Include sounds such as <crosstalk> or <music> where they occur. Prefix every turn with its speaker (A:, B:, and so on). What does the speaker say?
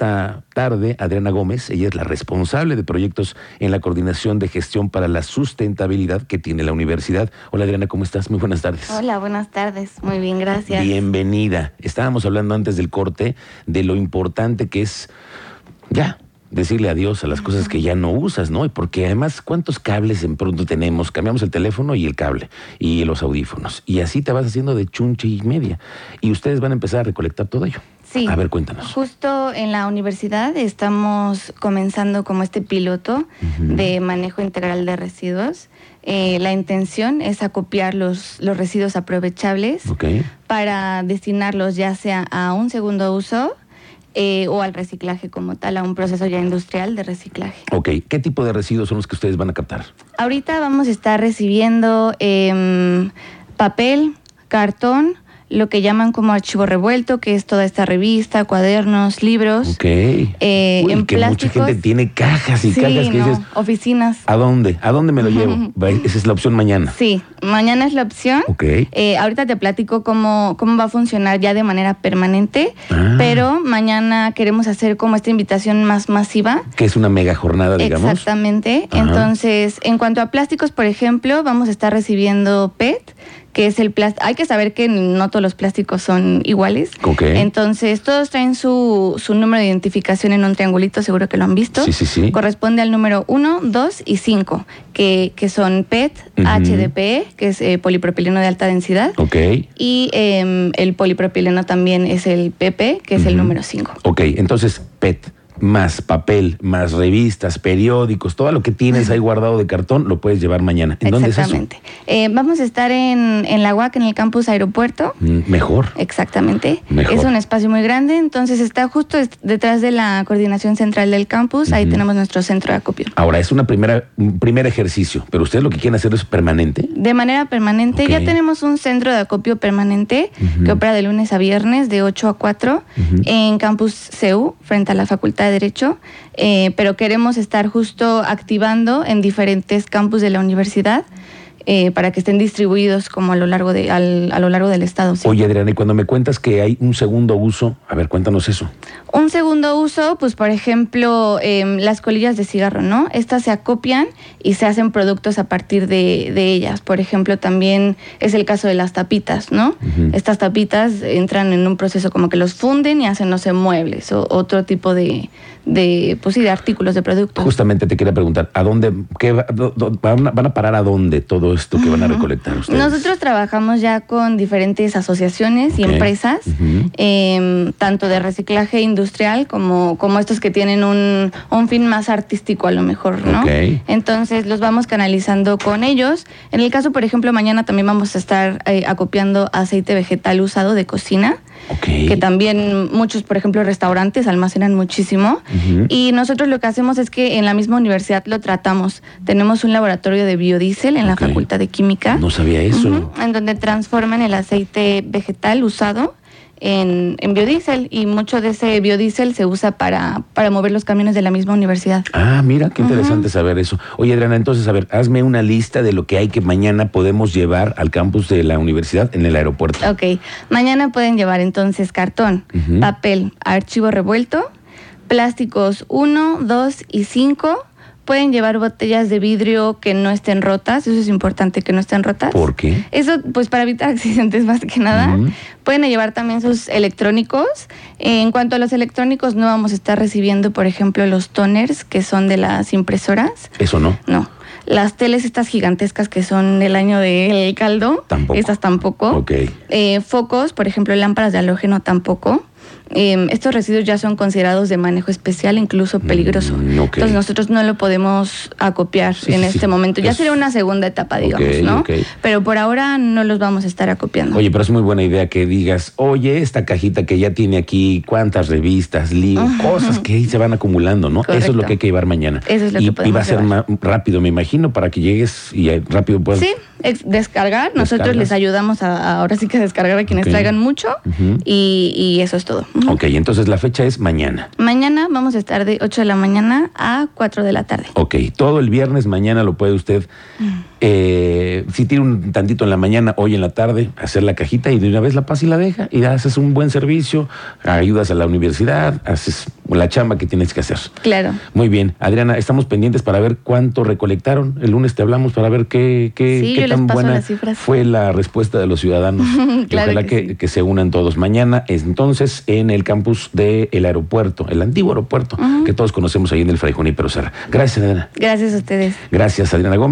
A: esta tarde Adriana Gómez. Ella es la responsable de proyectos en la Coordinación de Gestión para la Sustentabilidad que tiene la universidad. Hola Adriana, ¿cómo estás? Muy buenas tardes.
B: Hola, buenas tardes. Muy bien, gracias.
A: Bienvenida. Estábamos hablando antes del corte de lo importante que es ya decirle adiós a las cosas que ya no usas, ¿no? Y porque además, ¿cuántos cables en pronto tenemos? Cambiamos el teléfono y el cable y los audífonos. Y así te vas haciendo de chunche y media. Y ustedes van a empezar a recolectar todo ello.
B: Sí.
A: A ver, cuéntanos.
B: Justo en la universidad estamos comenzando como este piloto
A: Ujú.
B: de manejo integral de residuos. Eh, la intención es acopiar los, los residuos aprovechables
A: Ok.
B: para destinarlos ya sea a un segundo uso eh, o al reciclaje como tal, a un proceso ya industrial de reciclaje.
A: Ok. ¿Qué tipo de residuos son los que ustedes van a captar?
B: Ahorita vamos a estar recibiendo em, papel, cartón, lo que llaman como archivo revuelto, que es toda esta revista, cuadernos, libros.
A: Ok.
B: Pues, Eh,
A: Uy,
B: en
A: que
B: plásticos.
A: mucha gente tiene cajas y
B: Sí,
A: cajas que
B: no,
A: dices, ah.
B: oficinas.
A: ¿a dónde? ¿A dónde me lo llevo?
B: <laughs> Ujú.
A: Va, Esa es la opción mañana.
B: Sí, mañana es la opción.
A: Ok.
B: Eh, ahorita te platico cómo, cómo va a funcionar ya de manera permanente,
A: Ah.
B: pero mañana queremos hacer como esta invitación más masiva.
A: Que es una mega jornada, digamos.
B: Exactamente.
A: Ajá.
B: Entonces, en cuanto a plásticos, por ejemplo, vamos a estar recibiendo PET, que es el plástico. Hay que saber que no todos los plásticos son iguales.
A: Ok.
B: Entonces, todos traen su, su número de identificación en un triangulito, seguro que lo han visto.
A: Sí, sí, sí.
B: Corresponde al número 1, 2 y 5, que, que son E PET,
A: Ujú.
B: HDPE, que es eh, polipropileno de alta densidad,
A: Ok.
B: y em, el polipropileno también es el PP, que es el
A: Ujú.
B: número 5.
A: Ok, entonces PET más papel, más revistas, periódicos, todo lo que tienes ahí guardado de cartón lo puedes llevar mañana. ¿En dónde es eso?
B: Exactamente. Eh, vamos a estar en, en la UAC, en el campus aeropuerto.
A: Mm, Mejor.
B: Exactamente.
A: Mejor.
B: Es un espacio muy grande, entonces está justo est- detrás de la coordinación central del campus. Ahí
A: Ujú.
B: tenemos nuestro centro de acopio.
A: Ahora, es una primera, un primer ejercicio, pero ustedes lo que quieren hacer es permanente.
B: De manera permanente,
A: Ok.
B: ya tenemos un centro de acopio permanente
A: Ujú.
B: que opera de lunes a viernes de 8 a 4
A: Ujú.
B: en campus CEU, frente a la Facultad de Derecho, Eh, pero queremos estar justo activando en diferentes campus de la universidad eh, para que estén distribuidos como a lo largo, de, al- a lo largo del estado. sí.
A: Oye, Adriana, y cuando me cuentas que hay un segundo uso, a ver, cuéntanos eso.
B: Un segundo uso, pues por ejemplo, em, las colillas de cigarro, ¿no? Estas se acopian y se hacen productos a partir de, de ellas. Por ejemplo, también es el caso de las tapitas, ¿no?
A: Ujú.
B: Estas tapitas entran en un proceso como que los funden y hacen, no sé, muebles o otro tipo de, de pues sí, de artículos, de productos.
A: Justamente te quería preguntar, ¿a dónde, qué, va- do- do- van, a, van a parar a dónde todo esto que van a recolectar ustedes?
B: Nosotros trabajamos ya con diferentes asociaciones y
A: Ok.
B: empresas,
A: Ujú.
B: em, tanto de reciclaje industrial como, como estos que tienen un, un fin más artístico a lo mejor, ¿no?
A: Ok.
B: Entonces los vamos canalizando con ellos. En el caso, por ejemplo, mañana también vamos a estar eh, acopiando aceite vegetal usado de cocina.
A: Ok.
B: Que también muchos, por ejemplo, restaurantes almacenan muchísimo.
A: Ujú.
B: Y nosotros lo que hacemos es que en la misma universidad lo tratamos. Tenemos un laboratorio de biodiesel en la
A: Ok.
B: Facultad de Química.
A: No sabía eso.
B: Ujú, en donde transforman el aceite vegetal usado en, en biodiesel y mucho de ese biodiesel se usa para, para mover los camiones de la misma universidad.
A: Ah, mira, qué
B: Ujú.
A: interesante saber eso. Oye, Adriana, entonces, a ver, hazme una lista de lo que hay que mañana podemos llevar al campus de la universidad en el aeropuerto.
B: Ok, mañana pueden llevar entonces cartón,
A: Ujú.
B: papel, archivo revuelto, plásticos 1, 2 y 5. Pueden llevar botellas de vidrio que no estén rotas, eso es importante que no estén rotas.
A: ¿Por qué?
B: Eso, pues para evitar <laughs> accidentes más que nada.
A: Ujú.
B: Pueden llevar también sus electrónicos. Eh, en cuanto a los electrónicos, no vamos a estar recibiendo, por ejemplo, los toners, que son de las impresoras.
A: Eso no.
B: No. Las teles estas gigantescas que son el año del caldo.
A: Tampoco.
B: Estas tampoco.
A: Ok.
B: Eh, focos, por ejemplo, lámparas de halógeno tampoco. Eh, estos residuos ya son considerados de manejo especial, incluso peligroso.
A: Mm, ok.
B: Entonces nosotros no lo podemos acopiar
A: Sí,
B: en
A: sí,
B: este
A: sí.
B: momento. Ya
A: Es-
B: sería una segunda etapa,
A: Ok,
B: digamos, ¿no?
A: ok.
B: Pero por ahora no los vamos a estar acopiando.
A: Oye, pero es muy buena idea que digas, oye, esta cajita que ya tiene aquí, cuántas revistas, libros, cosas que ahí se van acumulando, ¿no? Eso es lo
B: Correcto.
A: que hay que llevar mañana.
B: Eso es lo
A: y, y
B: que
A: va a
B: podemos
A: ser
B: llevar.
A: ma- rápido, me imagino, para que llegues y eh, rápido puedas.
B: Sí, ex- descargar. Nosotros
A: Descargas.
B: les ayudamos a, a- ahora sí que a descargar a quienes
A: Ok.
B: traigan mucho
A: Ujú.
B: y, y eso es todo. Ujú.
A: Ok, entonces la fecha es mañana.
B: Mañana vamos a estar de 8 de la mañana a 4 de la tarde. Mm.
A: Ok, todo el viernes mañana lo puede usted Eh, si tiene un tantito en la mañana, hoy en la tarde, hacer la cajita y de una vez la pasa y la deja y haces un buen servicio, ayudas a la universidad, haces la chamba que tienes que hacer.
B: Claro.
A: Muy bien, Adriana, estamos pendientes para ver cuánto recolectaron. El lunes te hablamos para ver qué, qué,
B: Sí,
A: qué
B: yo les
A: tan
B: paso
A: buena
B: las cifras.
A: fue la respuesta de los
B: <laughs>
A: ciudadanos. Y
B: Claro
A: ojalá
B: que
A: que,
B: sí.
A: que se unan todos mañana. Entonces, en el campus del aeropuerto, el antiguo aeropuerto, que todos conocemos ahí en el Fray Junípero Serra. Gracias, Adriana.
B: Gracias a ustedes.
A: Gracias, Adriana Gómez.